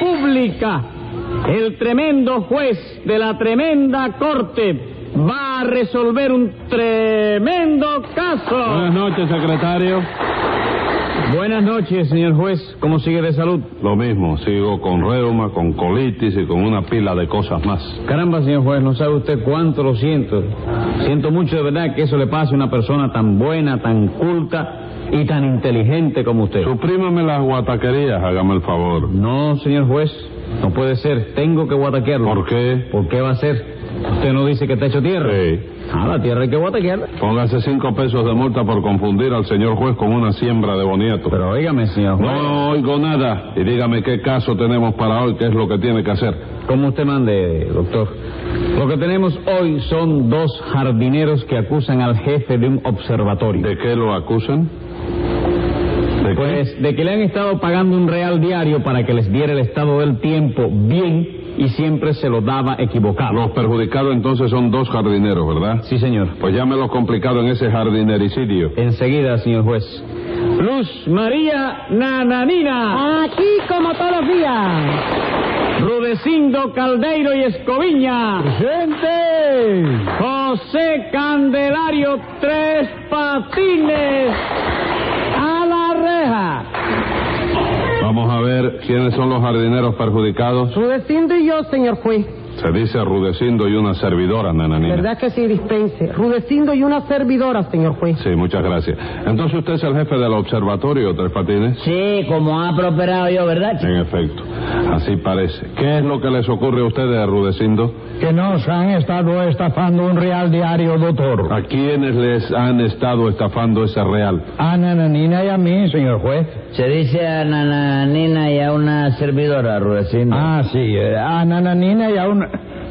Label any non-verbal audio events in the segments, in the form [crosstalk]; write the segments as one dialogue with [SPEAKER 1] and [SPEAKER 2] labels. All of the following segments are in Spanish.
[SPEAKER 1] Rica, el tremendo juez de la tremenda corte va a resolver un tremendo caso.
[SPEAKER 2] Buenas noches, secretario.
[SPEAKER 1] Buenas noches, señor juez. ¿Cómo sigue de salud?
[SPEAKER 2] Lo mismo, sigo con reuma, con colitis y con una pila de cosas más.
[SPEAKER 1] Caramba, señor juez, no sabe usted cuánto lo siento. Siento mucho de verdad que eso le pase a una persona tan buena, tan culta y tan inteligente como usted.
[SPEAKER 2] Suprímame las guataquerías, hágame el favor.
[SPEAKER 1] No, señor juez, no puede ser. Tengo que guataquearlo.
[SPEAKER 2] ¿Por qué?
[SPEAKER 1] ¿Por qué va a ser? Usted no dice que está hecho tierra.
[SPEAKER 2] Sí.
[SPEAKER 1] Ah, la tierra hay que guataquearla.
[SPEAKER 2] Póngase cinco pesos de multa por confundir al señor juez con una siembra de bonieto.
[SPEAKER 1] Pero óigame, señor juez,
[SPEAKER 2] No oigo nada. Y dígame qué caso tenemos para hoy, qué es lo que tiene que hacer.
[SPEAKER 1] como usted mande, doctor. Lo que tenemos hoy son dos jardineros que acusan al jefe de un observatorio.
[SPEAKER 2] ¿De qué lo acusan? ¿De qué?
[SPEAKER 1] Pues de que le han estado pagando un real diario para que les diera el estado del tiempo bien y siempre se lo daba equivocado.
[SPEAKER 2] Los perjudicados entonces son dos jardineros, ¿verdad?
[SPEAKER 1] Sí, señor.
[SPEAKER 2] Pues llámelo complicado en ese jardinericidio.
[SPEAKER 1] Enseguida, señor juez. Luz María Nananina,
[SPEAKER 3] Aquí como todos los días.
[SPEAKER 1] Rudecindo Caldeiro y Escoviña.
[SPEAKER 3] ¡Gente!
[SPEAKER 1] José Candelario Tres Patines a la reja.
[SPEAKER 2] Vamos a ver quiénes son los jardineros perjudicados.
[SPEAKER 3] Rudecindo y yo, señor juez.
[SPEAKER 2] Se dice Rudecindo y una servidora, nananina.
[SPEAKER 3] ¿Verdad que sí, dispense? Rudecindo y una servidora, señor juez.
[SPEAKER 2] Sí, muchas gracias. Entonces usted es el jefe del observatorio, Tres Patines.
[SPEAKER 1] Sí, como ha prosperado yo, ¿verdad?
[SPEAKER 2] En efecto, así parece. ¿Qué es lo que les ocurre a ustedes, Rudecindo?
[SPEAKER 1] Que nos han estado estafando un real diario, doctor.
[SPEAKER 2] ¿A quiénes les han estado estafando ese real?
[SPEAKER 1] A Nananina y a mí, señor juez.
[SPEAKER 4] Se dice a Nananina y a una servidora, Rudecindo.
[SPEAKER 1] Ah, sí, eh, a Nananina y a un...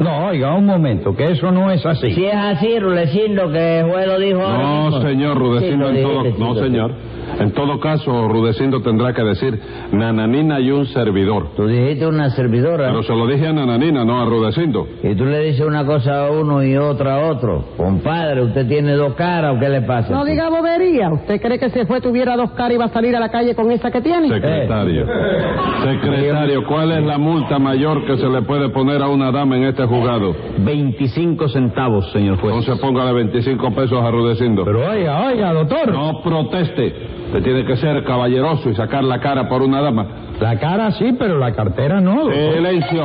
[SPEAKER 1] No, oiga, un momento, que eso no es así.
[SPEAKER 4] Si es así, Rudecindo, que Juez lo dijo ahora
[SPEAKER 2] No,
[SPEAKER 4] mismo.
[SPEAKER 2] señor, Rudecindo,
[SPEAKER 4] Sí, lo
[SPEAKER 2] en todo...
[SPEAKER 4] dijiste,
[SPEAKER 2] No,
[SPEAKER 4] sí, lo
[SPEAKER 2] señor. En todo caso, Rudecindo tendrá que decir Nananina y un servidor.
[SPEAKER 4] Tú dijiste una servidora.
[SPEAKER 2] Pero se lo dije a Nananina, no a Rudecindo.
[SPEAKER 4] Y tú le dices una cosa a uno y otra a otro. Compadre, usted tiene dos caras, ¿o qué le pasa?
[SPEAKER 3] No diga bobería. ¿Usted cree que si el juez tuviera dos caras iba a salir a la calle con esa que tiene?
[SPEAKER 2] Secretario,
[SPEAKER 1] Eh.
[SPEAKER 2] secretario, ¿cuál es la multa mayor que se le puede poner a una dama en este juzgado?
[SPEAKER 1] 25 centavos, señor juez.
[SPEAKER 2] Entonces póngale 25 pesos a Rudecindo.
[SPEAKER 1] Pues- Pero oiga, oiga, doctor.
[SPEAKER 2] No proteste. Usted tiene que ser caballeroso y sacar la cara por una dama.
[SPEAKER 1] La cara sí, pero la cartera no.
[SPEAKER 2] Silencio.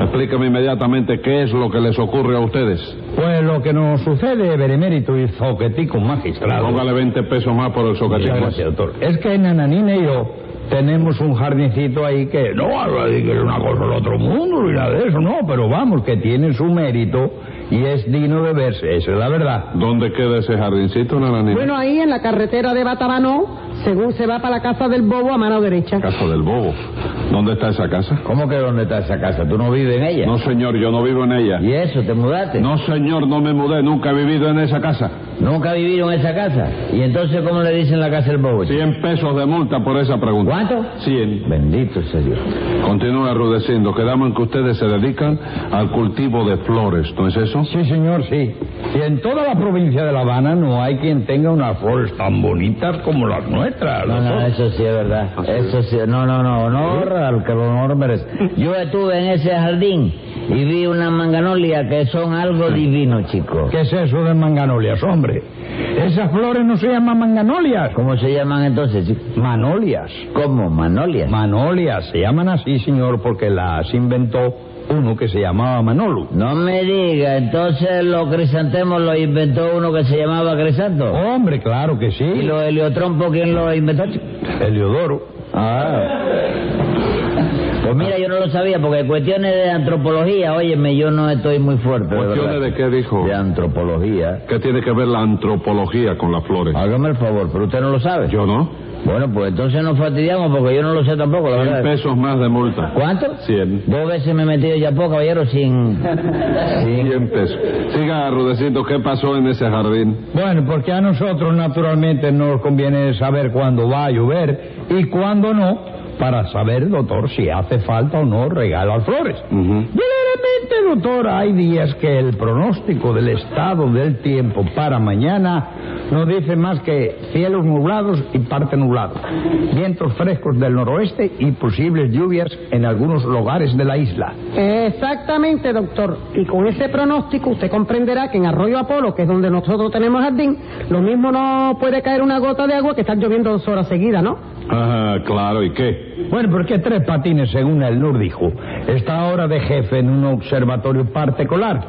[SPEAKER 2] Explícame inmediatamente qué es lo que les ocurre a ustedes.
[SPEAKER 1] Pues lo que nos sucede, Beremérito y Zoquetico magistrado.
[SPEAKER 2] Póngale 20 pesos más por el
[SPEAKER 1] Muchas
[SPEAKER 2] socatismo.
[SPEAKER 1] gracias, doctor. Es que Nananina y yo tenemos un jardincito ahí que no habla de que es una cosa del otro mundo ni nada de eso, no, pero vamos, que tiene su mérito y es digno de verse, esa es la verdad.
[SPEAKER 2] ¿Dónde queda ese jardincito, Nananina?
[SPEAKER 3] Bueno, ahí en la carretera de Batabanó, según se va para la casa del bobo a mano derecha.
[SPEAKER 2] Casa del Bobo. ¿Dónde está esa casa?
[SPEAKER 4] ¿Cómo que dónde está esa casa? ¿Tú no vives en ella?
[SPEAKER 2] No, señor, yo no vivo en ella.
[SPEAKER 4] ¿Y eso? ¿Te mudaste?
[SPEAKER 2] No, señor, no me mudé, nunca he vivido en esa casa.
[SPEAKER 4] ¿Nunca vivieron en esa casa? ¿Y entonces cómo le dicen la casa del bobo?
[SPEAKER 2] 100 pesos de multa por esa pregunta.
[SPEAKER 4] ¿Cuánto?
[SPEAKER 2] 100.
[SPEAKER 4] Bendito sea Dios.
[SPEAKER 2] Continúa arrudeciendo. Quedamos en que ustedes se dedican al cultivo de flores, ¿no es eso?
[SPEAKER 1] Sí, señor, sí. Y en toda la provincia de La Habana no hay quien tenga unas flores tan bonitas como las nuestras.
[SPEAKER 4] No, no,
[SPEAKER 1] doctor.
[SPEAKER 4] eso sí es verdad.
[SPEAKER 1] Ah,
[SPEAKER 4] Eso sí, no, no, no, honor al que el honor merece. Yo estuve en ese jardín y vi unas manganolias que son algo divino, chicos.
[SPEAKER 1] ¿Qué es eso de manganolias, hombre? Esas flores no se llaman manganolias,
[SPEAKER 4] ¿Cómo se llaman entonces, chicos?
[SPEAKER 1] manolias.
[SPEAKER 4] ¿Cómo? ¿Manolias?
[SPEAKER 1] Manolias, se llaman así, señor, porque las inventó uno que se llamaba Manolo.
[SPEAKER 4] no me diga, entonces los crisantemos los inventó uno que se llamaba Crisanto.
[SPEAKER 1] Hombre, claro que
[SPEAKER 4] ¿Y
[SPEAKER 1] sí.
[SPEAKER 4] los heliotrompos quién los inventó, chico?
[SPEAKER 1] Eliodoro.
[SPEAKER 4] Ah. Pues mira, yo no lo sabía, porque cuestiones de antropología, óyeme, yo no estoy muy fuerte. de
[SPEAKER 2] ¿Cuestiones
[SPEAKER 4] verdad.
[SPEAKER 2] de qué dijo?
[SPEAKER 4] De antropología.
[SPEAKER 2] ¿Qué tiene que ver la antropología con las flores?
[SPEAKER 4] Hágame el favor, pero usted no lo sabe.
[SPEAKER 2] Yo no.
[SPEAKER 4] Bueno, pues entonces nos fastidiamos porque yo no lo sé tampoco, la
[SPEAKER 2] 100
[SPEAKER 4] verdad.
[SPEAKER 2] pesos más de multa.
[SPEAKER 4] ¿Cuánto?
[SPEAKER 2] 100.
[SPEAKER 4] Dos veces me he metido ya poco, caballero, sin... sin...
[SPEAKER 2] 100 pesos. Siga arrudeciendo. ¿Qué pasó en ese jardín?
[SPEAKER 1] Bueno, porque a nosotros naturalmente nos conviene saber cuándo va a llover y cuándo no, para saber, doctor, si hace falta o no regalar flores.
[SPEAKER 2] Ujú.
[SPEAKER 1] Bilere,
[SPEAKER 5] Realmente, doctora, hay días que el pronóstico del estado del tiempo para mañana no dice más que cielos nublados y parte nublado, vientos frescos del noroeste y posibles lluvias en algunos lugares de la isla.
[SPEAKER 3] Exactamente, doctor. Y con ese pronóstico usted comprenderá que en Arroyo Apolo, que es donde nosotros tenemos jardín, lo mismo no puede caer una gota de agua que estar lloviendo dos horas seguidas, ¿no?
[SPEAKER 2] Ajá, claro, ¿y qué?
[SPEAKER 5] Bueno, porque Tres Patines, según el NUR, dijo, está ahora de jefe en un observatorio particular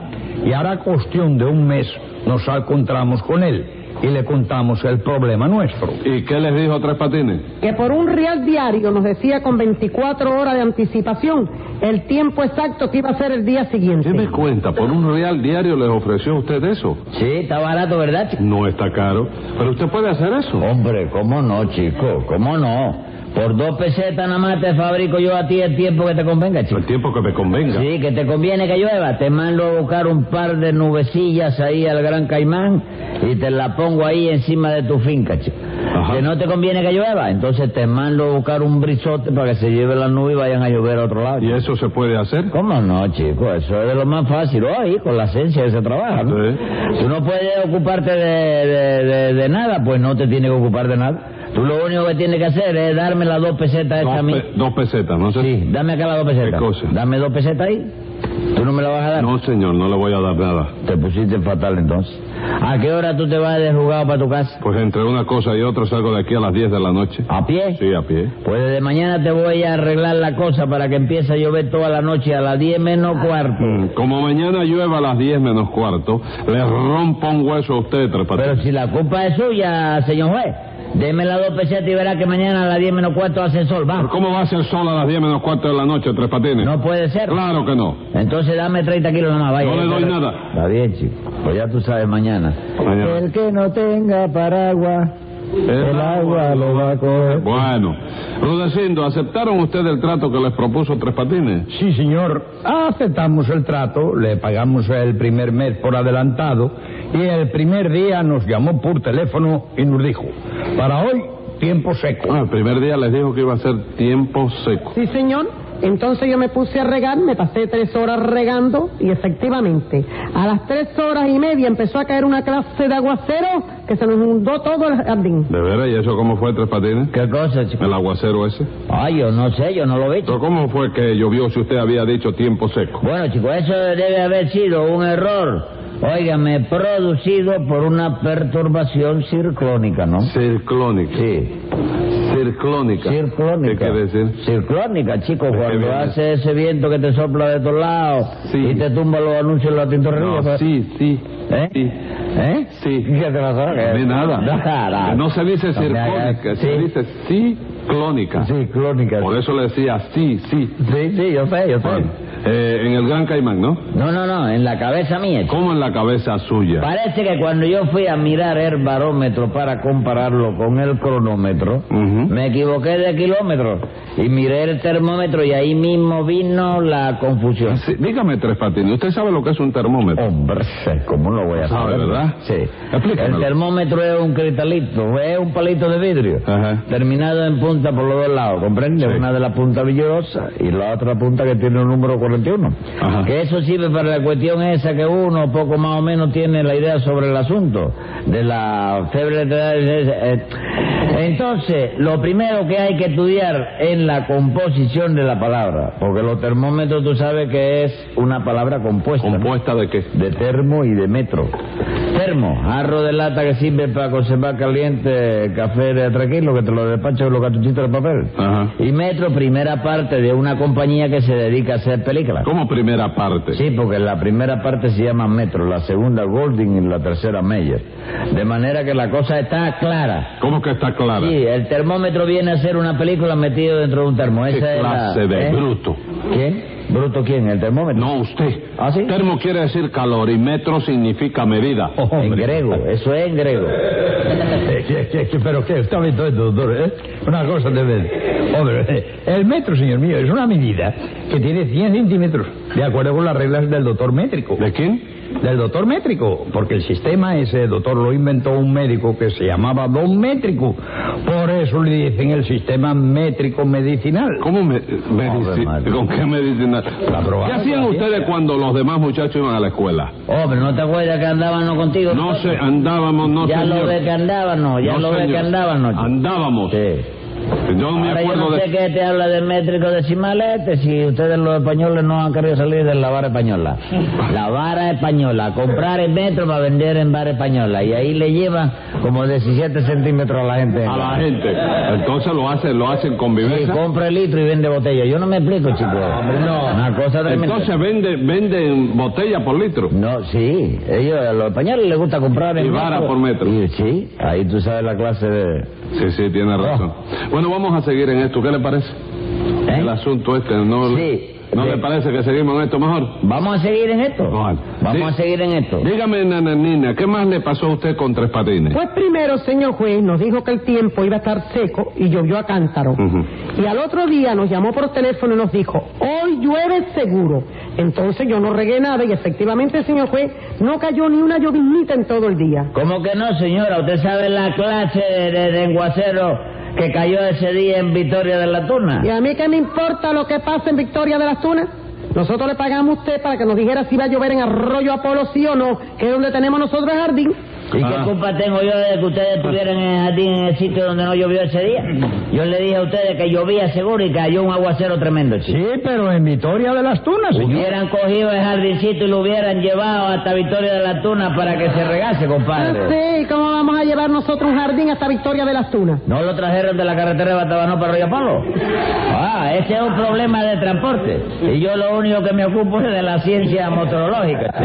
[SPEAKER 5] y hará cuestión de un mes nos encontramos con él y le contamos el problema nuestro.
[SPEAKER 2] ¿Y qué les dijo Tres Patines?
[SPEAKER 3] Que por un real diario nos decía con 24 horas de anticipación el tiempo exacto que iba a ser el día siguiente.
[SPEAKER 2] ¿Qué me cuenta? ¿Por un real diario les ofreció a usted eso?
[SPEAKER 1] Sí, está barato, ¿verdad, chico?
[SPEAKER 2] No está caro. Pero usted puede hacer eso.
[SPEAKER 1] Hombre, ¿cómo no, chico? ¿Cómo no? Por dos pesetas nada más te fabrico yo a ti el tiempo que te convenga, chico.
[SPEAKER 2] El tiempo que me convenga.
[SPEAKER 1] Sí, que te conviene que llueva. Te mando a buscar un par de nubecillas ahí al Gran Caimán y te la pongo ahí encima de tu finca, chico.
[SPEAKER 2] Ajá.
[SPEAKER 1] Que no te conviene que llueva. Entonces te mando a buscar un brisote para que se lleve la nube y vayan a llover a otro lado.
[SPEAKER 2] ¿Y
[SPEAKER 1] chico.
[SPEAKER 2] eso se puede hacer?
[SPEAKER 1] ¿Cómo no, chico? Eso es de lo más fácil. Hoy, con la ciencia que se trabaja, ¿no?
[SPEAKER 2] Sí.
[SPEAKER 1] Tú no puedes ocuparte de, de- de- de nada, pues no te tienes que ocupar de nada. Tú lo único que tienes que hacer es darme las dos pesetas
[SPEAKER 2] Dos,
[SPEAKER 1] estas a mí.
[SPEAKER 2] pe- dos pesetas, ¿no? sé.
[SPEAKER 1] Sí, dame acá las dos pesetas.
[SPEAKER 2] ¿Qué cosa?
[SPEAKER 1] Dame dos pesetas ahí. ¿Tú no me las vas a dar?
[SPEAKER 2] No, señor, no le voy a dar nada.
[SPEAKER 1] Te pusiste fatal entonces. ¿A qué hora tú te vas de jugado para tu casa?
[SPEAKER 2] Pues entre una cosa y otra salgo de aquí a las 10 de la noche.
[SPEAKER 1] ¿A pie?
[SPEAKER 2] Sí, a pie.
[SPEAKER 1] Pues desde mañana te voy a arreglar la cosa para que empiece a llover toda la noche a las 10 menos cuarto.
[SPEAKER 2] Mm, Como mañana llueva a las 10 menos cuarto, le rompo un hueso a usted, Tres Patines.
[SPEAKER 1] Pero si la culpa es suya, señor juez, deme las dos pesetas y verá que mañana a las 10 menos cuarto hace sol.
[SPEAKER 2] ¿Pero
[SPEAKER 1] Vamos.
[SPEAKER 2] ¿Cómo va a ser sol a las 10 menos cuarto de la noche, Tres Patines?
[SPEAKER 1] No puede ser.
[SPEAKER 2] Claro que no.
[SPEAKER 1] Entonces dame 30 kilos nomás, vaya.
[SPEAKER 2] No le doy
[SPEAKER 1] Pero-
[SPEAKER 2] nada.
[SPEAKER 1] Está bien, chico. Pues ya tú sabes mañana.
[SPEAKER 2] Mañana. Eh,
[SPEAKER 1] El que no tenga paraguas, el agua lo va a coger.
[SPEAKER 2] Bueno, Rudecindo, ¿aceptaron ustedes el trato que les propuso Tres Patines?
[SPEAKER 5] Sí, señor. Aceptamos el trato, le pagamos el primer mes por adelantado y el primer día nos llamó por teléfono y nos dijo, para hoy, tiempo seco.
[SPEAKER 2] Ah, el primer día les dijo que iba a ser tiempo seco.
[SPEAKER 3] Sí, señor. Entonces yo me puse a regar, me pasé tres horas regando y efectivamente, a las tres horas y media empezó a caer una clase de aguacero que se nos inundó todo el jardín.
[SPEAKER 2] ¿De veras? ¿Y eso cómo fue, Tres Patines?
[SPEAKER 1] ¿Qué cosa, chico?
[SPEAKER 2] ¿El aguacero ese?
[SPEAKER 1] Ay, yo no sé, yo no lo vi. chico.
[SPEAKER 2] ¿Pero cómo fue que llovió si usted había dicho tiempo seco?
[SPEAKER 1] Bueno, chico, eso debe haber sido un error. Óigame, producido por una perturbación circlónica, ¿no?
[SPEAKER 2] Circlónica.
[SPEAKER 1] Sí.
[SPEAKER 2] Circlónica.
[SPEAKER 1] Circlónica.
[SPEAKER 2] ¿Qué quiere decir?
[SPEAKER 1] Circlónica, chico,
[SPEAKER 2] ¿De qué
[SPEAKER 1] cuando
[SPEAKER 2] viene?
[SPEAKER 1] hace ese viento que te sopla de todos lados
[SPEAKER 2] Sí.
[SPEAKER 1] y te tumba los anuncios en la tintorería.
[SPEAKER 2] No,
[SPEAKER 1] pues.
[SPEAKER 2] sí, sí.
[SPEAKER 1] ¿Eh?
[SPEAKER 2] Sí.
[SPEAKER 1] ¿Eh?
[SPEAKER 2] Sí.
[SPEAKER 1] ¿Qué te pasó? ¿Qué? [laughs]
[SPEAKER 2] De nada. No se dice
[SPEAKER 1] No me hagas-
[SPEAKER 2] circlónica,
[SPEAKER 1] Sí.
[SPEAKER 2] se dice ciclónica.
[SPEAKER 1] Sí, clónica.
[SPEAKER 2] Por eso le decía sí, sí.
[SPEAKER 1] Sí, sí, yo sé, yo sé.
[SPEAKER 2] Bueno, eh, en el Gran Caimán, ¿no?
[SPEAKER 1] No, no, no, en la cabeza mía. chico.
[SPEAKER 2] ¿Cómo en la cabeza suya?
[SPEAKER 1] Parece que cuando yo fui a mirar el barómetro para compararlo con el cronómetro,
[SPEAKER 2] Ujú.
[SPEAKER 1] me equivoqué de kilómetro y miré el termómetro y ahí mismo vino la confusión.
[SPEAKER 2] Sí, dígame, Tres Patines, ¿usted sabe lo que es un termómetro?
[SPEAKER 1] Hombre, sé, ¿cómo lo voy a
[SPEAKER 2] Sabe,
[SPEAKER 1] saber?
[SPEAKER 2] ¿verdad?
[SPEAKER 1] Sí.
[SPEAKER 2] Explícamelo.
[SPEAKER 1] El termómetro es un cristalito, es un palito de vidrio.
[SPEAKER 2] Ajá.
[SPEAKER 1] Terminado en punta por los dos lados, ¿comprende?
[SPEAKER 2] Sí.
[SPEAKER 1] Una de la punta brillosa y la otra punta que tiene el número 41.
[SPEAKER 2] Ajá.
[SPEAKER 1] Que eso sirve para la cuestión esa que uno poco más o menos tiene la idea sobre el asunto de la fiebre de- eh. Entonces, lo primero que hay que estudiar es la composición de la palabra, porque los termómetros tú sabes que es una palabra compuesta. ¿no?
[SPEAKER 2] ¿Compuesta de qué?
[SPEAKER 1] de termo y de metro. Termo, jarro de lata que sirve para conservar caliente café de tres kilos, que te lo despacho con los cartuchitos de papel.
[SPEAKER 2] Ajá.
[SPEAKER 1] Y metro, primera parte de una compañía que se dedica a hacer películas.
[SPEAKER 2] ¿Cómo primera parte?
[SPEAKER 1] Sí, porque la primera parte se llama Metro, la segunda Golding y la tercera Meyer. De manera que la cosa está clara.
[SPEAKER 2] ¿Cómo que está clara?
[SPEAKER 1] Sí, el termómetro viene a ser una película metido dentro de un termo.
[SPEAKER 2] ¿Qué
[SPEAKER 1] Esa es la-
[SPEAKER 2] clase de
[SPEAKER 1] ¿eh?
[SPEAKER 2] bruto?
[SPEAKER 1] ¿Quién? ¿Bruto quién? ¿El termómetro?
[SPEAKER 2] No, usted.
[SPEAKER 1] ¿Ah, sí?
[SPEAKER 2] Termo quiere decir calor y metro significa medida.
[SPEAKER 1] en griego, eso es en
[SPEAKER 2] [laughs]
[SPEAKER 1] griego.
[SPEAKER 5] Eh, ¿qué- qué- qué- ¿Pero qué? ¿Está viendo esto, doctor? eh? Una cosa de ver. Hombre, eh, el metro, señor mío, es una medida que tiene 100 centímetros, de acuerdo con las reglas del doctor métrico.
[SPEAKER 2] ¿De quién?
[SPEAKER 5] del doctor métrico, porque el sistema ese, doctor, lo inventó un médico que se llamaba don métrico. Por eso le dicen el sistema métrico medicinal.
[SPEAKER 2] ¿Cómo me, medici-
[SPEAKER 5] madre.
[SPEAKER 2] ¿Con qué medicina?
[SPEAKER 5] La probamos
[SPEAKER 2] ¿Qué hacían
[SPEAKER 5] la
[SPEAKER 2] ustedes
[SPEAKER 5] ciencia.
[SPEAKER 2] cuando los demás muchachos iban a la escuela?
[SPEAKER 1] Oh, pero no te acuerdas que andábamos contigo.
[SPEAKER 2] No sé, andábamos, no
[SPEAKER 1] ya
[SPEAKER 2] señor.
[SPEAKER 1] lo de que andábamos, ya
[SPEAKER 2] No,
[SPEAKER 1] lo de que
[SPEAKER 2] señor.
[SPEAKER 1] andábamos.
[SPEAKER 2] Andábamos.
[SPEAKER 1] Sí.
[SPEAKER 2] Yo me
[SPEAKER 1] Ahora yo
[SPEAKER 2] acuerdo
[SPEAKER 1] no sé
[SPEAKER 2] de...
[SPEAKER 1] qué te habla de métrico decimal este, si ustedes los españoles no han querido salir de la vara
[SPEAKER 2] [laughs]
[SPEAKER 1] española. La vara española, comprar el metro para vender en vara española. Y ahí le llevan como 17 centímetros a la gente.
[SPEAKER 2] A la gente. Entonces lo hacen, lo hacen con
[SPEAKER 1] Sí,
[SPEAKER 2] viveza.
[SPEAKER 1] compra el litro y vende botella. Yo no me explico, chico. No. Una cosa tremenda.
[SPEAKER 2] Ah, Entonces vende- venden botella por litro.
[SPEAKER 1] No, sí. Ellos, a los españoles les gusta comprar en
[SPEAKER 2] Y vara por metro.
[SPEAKER 1] Y, sí, ahí tú sabes la clase de...
[SPEAKER 2] Sí, sí, tiene razón. Ah. Bueno, vamos a seguir en esto. ¿Qué le parece?
[SPEAKER 1] ¿Eh?
[SPEAKER 2] El asunto este, ¿no,
[SPEAKER 1] Sí.
[SPEAKER 2] ¿no
[SPEAKER 1] Sí.
[SPEAKER 2] le parece que seguimos en esto mejor?
[SPEAKER 1] ¿Vamos a seguir en esto?
[SPEAKER 2] Vale.
[SPEAKER 1] Vamos
[SPEAKER 2] Sí.
[SPEAKER 1] a seguir en esto.
[SPEAKER 2] Dígame, Nananina, ¿qué más le pasó a usted con Tres Patines?
[SPEAKER 3] Pues primero, señor juez, nos dijo que el tiempo iba a estar seco y llovió a cántaro.
[SPEAKER 2] Ujú.
[SPEAKER 3] Y al otro día nos llamó por teléfono y nos dijo, hoy llueve seguro. Entonces yo no regué nada y efectivamente, señor juez, no cayó ni una lloviznita en todo el día.
[SPEAKER 1] ¿Cómo que no, señora? ¿Usted sabe la clase de, de lenguacero que cayó ese día en Victoria de la Tuna?
[SPEAKER 3] ¿Y a mí qué me importa lo que pasa en Victoria de las Tunas? Nosotros le pagamos a usted para que nos dijera si va a llover en Arroyo Apolo sí o no, que es donde tenemos nosotros el jardín.
[SPEAKER 1] ¿Y
[SPEAKER 2] Ah.
[SPEAKER 1] qué culpa tengo yo de que ustedes estuvieran en el jardín, en el sitio donde no llovió ese día? Yo le dije a ustedes que llovía seguro y cayó un aguacero tremendo, chico.
[SPEAKER 5] Sí, pero en Vitoria de las Tunas, señor.
[SPEAKER 1] Hubieran cogido el jardincito y lo hubieran llevado hasta Victoria de la Tuna para que se regase,
[SPEAKER 3] Ah,
[SPEAKER 1] compadre.
[SPEAKER 3] sí, ¿cómo vamos a llevar nosotros un jardín hasta Victoria de las Tunas?
[SPEAKER 1] ¿No lo trajeron de la carretera de Batabanó para Arroyo Palo? Ah, ese es un problema de transporte. Y yo lo único que me ocupo es de la ciencia motorológica.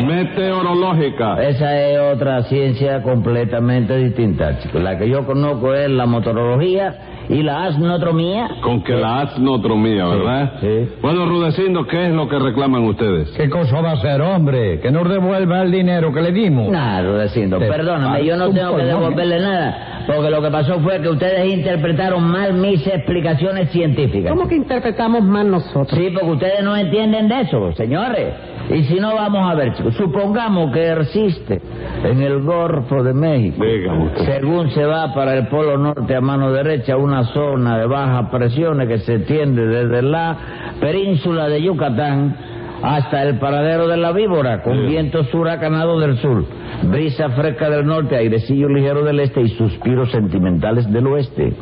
[SPEAKER 2] Meteorológica.
[SPEAKER 1] Esa es otra ciencia completamente distinta, chicos. La que yo conozco es la motorología y la asnotromía.
[SPEAKER 2] Con que la asnotromía, ¿verdad?
[SPEAKER 1] sí.
[SPEAKER 2] Bueno, Rudecindo, ¿qué es lo que reclaman ustedes?
[SPEAKER 5] ¿Qué cosa va a ser, hombre? Que nos devuelva el dinero que le dimos.
[SPEAKER 1] Nada, Rudecindo,
[SPEAKER 5] Te
[SPEAKER 1] perdóname,
[SPEAKER 5] parto
[SPEAKER 1] yo no
[SPEAKER 5] un
[SPEAKER 1] tengo que
[SPEAKER 5] pulmón,
[SPEAKER 1] devolverle nada, porque lo que pasó fue que ustedes interpretaron mal mis explicaciones científicas.
[SPEAKER 3] ¿Cómo que interpretamos mal nosotros?
[SPEAKER 1] Sí, porque ustedes no entienden de eso, señores. Y si no, vamos a ver, chicos. Supongamos que existe en el Golfo de México,
[SPEAKER 2] Venga, usted.
[SPEAKER 1] según se va para el Polo Norte a mano derecha, una zona de bajas presiones que se extiende desde la península de Yucatán hasta el paradero de la víbora, con vientos huracanados del sur, brisa fresca del norte, airecillo ligero del este y suspiros sentimentales del oeste.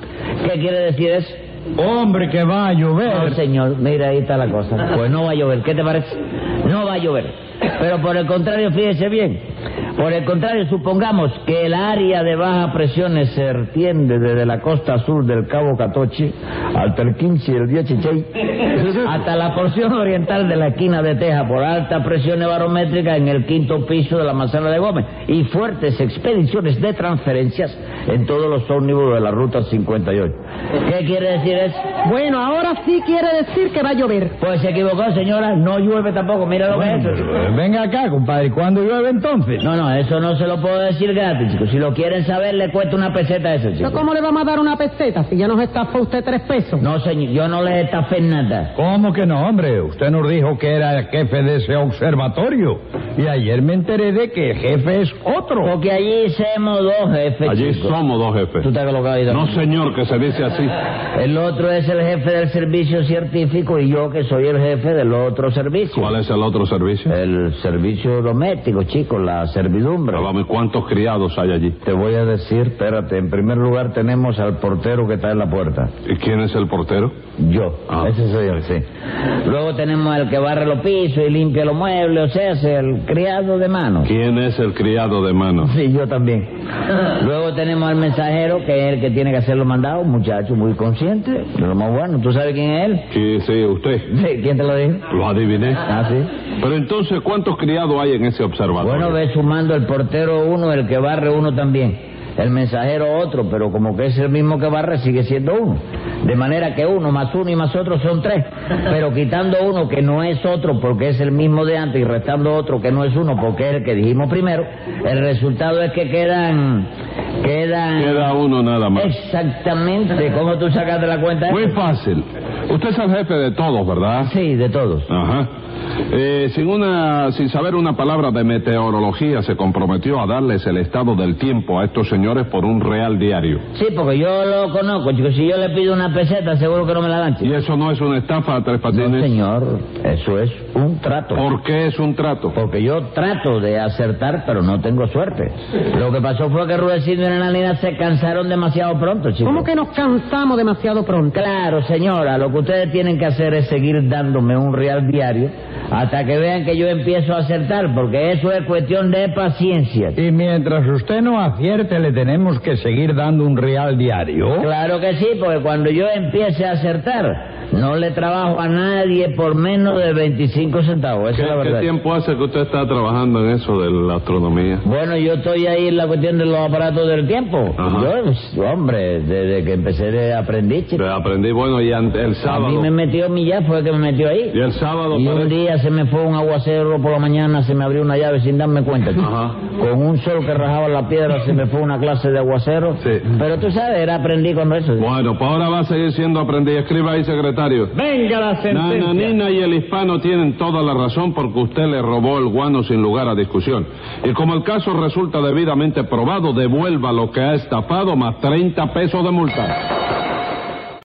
[SPEAKER 1] ¿Qué quiere decir eso?
[SPEAKER 5] Hombre, que va a llover.
[SPEAKER 1] No, señor, mira, ahí está la cosa. Pues no va a llover, ¿qué te parece? No va a llover. Pero por el contrario, fíjese bien. Por el contrario, supongamos que el área de baja presiones se extiende desde la costa sur del Cabo Catoche hasta el 15 y el 16, hasta la porción oriental de la esquina de Texas por altas presiones barométricas en el quinto piso de la manzana de Gómez y fuertes expediciones de transferencias en todos los ómnibus de la ruta 58. ¿Qué quiere decir eso?
[SPEAKER 3] Bueno, ahora sí quiere decir que va a llover.
[SPEAKER 1] Pues se equivocó, señora. No llueve tampoco. Mira lo que es
[SPEAKER 5] Eh,
[SPEAKER 1] eso.
[SPEAKER 5] Venga acá, compadre. ¿Cuándo llueve entonces?
[SPEAKER 1] No, no, eso no se lo puedo decir gratis, chicos. Si lo quieren saber, le cuesta una peseta a eso,
[SPEAKER 3] ¿Pero
[SPEAKER 1] chicos.
[SPEAKER 3] ¿Cómo le vamos a dar una peseta si ya nos estafó usted tres pesos?
[SPEAKER 1] No, señor, yo no les estafé nada.
[SPEAKER 5] ¿Cómo que no, hombre? Usted nos dijo que era el jefe de ese observatorio. Y ayer me enteré de que el jefe es otro.
[SPEAKER 1] Porque allí somos dos jefes,
[SPEAKER 2] Allí
[SPEAKER 1] chicos.
[SPEAKER 2] somos dos
[SPEAKER 1] ¿Tú
[SPEAKER 2] jefes.
[SPEAKER 1] te has colocado ahí, don?
[SPEAKER 2] No, señor, que se dice así.
[SPEAKER 1] El otro es el jefe del servicio científico y yo que soy el jefe del otro servicio.
[SPEAKER 2] ¿Cuál es el otro servicio?
[SPEAKER 1] El servicio doméstico, chicos, la servidumbre.
[SPEAKER 2] Pero vamos, ¿cuántos criados hay allí?
[SPEAKER 1] Te voy a decir, espérate, en primer lugar tenemos al portero que está en la puerta.
[SPEAKER 2] ¿Y quién es el portero?
[SPEAKER 1] Yo,
[SPEAKER 2] Ah.
[SPEAKER 1] ese soy yo, sí. Luego tenemos el que barre los pisos y limpia los muebles, o sea, es el criado de mano.
[SPEAKER 2] ¿Quién es el criado de mano?
[SPEAKER 1] Sí, yo también. [laughs] Luego tenemos al mensajero, que es el que tiene que hacer los mandados, un muchacho muy consciente, de lo más bueno. ¿Tú sabes quién es él?
[SPEAKER 2] Sí, sí, usted.
[SPEAKER 1] Sí, ¿Quién te lo dijo?
[SPEAKER 2] Lo adiviné.
[SPEAKER 1] Ah, sí.
[SPEAKER 2] Pero entonces, ¿cuántos criados hay en ese
[SPEAKER 1] Bueno,
[SPEAKER 2] observatorio?
[SPEAKER 1] ve sumando el portero uno, el que barre uno también. El mensajero otro, pero como que es el mismo que barre, sigue siendo uno. De manera que uno más uno y más otro son tres. Pero quitando uno que no es otro porque es el mismo de antes y restando otro que no es uno porque es el que dijimos primero, el resultado es que quedan. Quedan.
[SPEAKER 2] Queda uno nada más.
[SPEAKER 1] Eh, Exactamente. ¿Cómo tú sacas de la cuenta?
[SPEAKER 2] Muy fácil. Usted es el jefe de todos, ¿verdad?
[SPEAKER 1] Sí, de todos.
[SPEAKER 2] Ajá. Eh, sin, una, sin saber una palabra de meteorología, se comprometió a darles el estado del tiempo a estos señores por un real diario.
[SPEAKER 1] Sí, porque yo lo conozco, chico. Si yo le pido una peseta, seguro que no me la dan,
[SPEAKER 2] ¿Y
[SPEAKER 1] chico.
[SPEAKER 2] eso no es una estafa, Tres Patines?
[SPEAKER 1] No, señor. Eso es un trato.
[SPEAKER 2] ¿Por qué es un trato?
[SPEAKER 1] Porque yo trato de acertar, pero no tengo suerte. Lo que pasó fue que Rudecindo y Nananina se cansaron demasiado pronto, chicos.
[SPEAKER 3] ¿Cómo que nos cansamos demasiado pronto?
[SPEAKER 1] Claro, señora, lo que ustedes tienen que hacer es seguir dándome un real diario hasta que vean que yo empiezo a acertar, porque eso es cuestión de paciencia.
[SPEAKER 5] Y mientras usted no acierte, le tenemos que seguir dando un real diario.
[SPEAKER 1] Claro que sí, porque cuando yo empiece a acertar, no le trabajo a nadie por menos de 25 centavos, esa
[SPEAKER 2] ¿Qué,
[SPEAKER 1] es la
[SPEAKER 2] qué
[SPEAKER 1] verdad.
[SPEAKER 2] tiempo hace que usted está trabajando en eso de la astronomía?
[SPEAKER 1] Bueno, yo estoy ahí en la cuestión de los aparatos del tiempo.
[SPEAKER 2] Ajá.
[SPEAKER 1] Yo, pues, hombre, desde que empecé de aprendí, chico.
[SPEAKER 2] Le Aprendí, bueno, y an- el
[SPEAKER 1] A mí
[SPEAKER 2] sábado.
[SPEAKER 1] me metió mi llave, fue que me metió ahí.
[SPEAKER 2] Y el sábado.
[SPEAKER 1] Y
[SPEAKER 2] parece-
[SPEAKER 1] un día se me fue un aguacero por la mañana, se me abrió una llave sin darme cuenta. chico.
[SPEAKER 2] Ajá.
[SPEAKER 1] Con un sol que rajaba la piedra se me fue una clase de aguacero.
[SPEAKER 2] Sí.
[SPEAKER 1] Pero tú sabes, era aprendí con eso.
[SPEAKER 2] Bueno, pues ahora va a seguir siendo aprendiz. Escriba ahí, secretario.
[SPEAKER 6] Venga la sentencia.
[SPEAKER 2] Nananina y el hispano tienen toda la razón porque usted le robó el guano sin lugar a discusión. Y como el caso resulta debidamente probado, devuelva lo que ha estafado más 30 pesos de multa.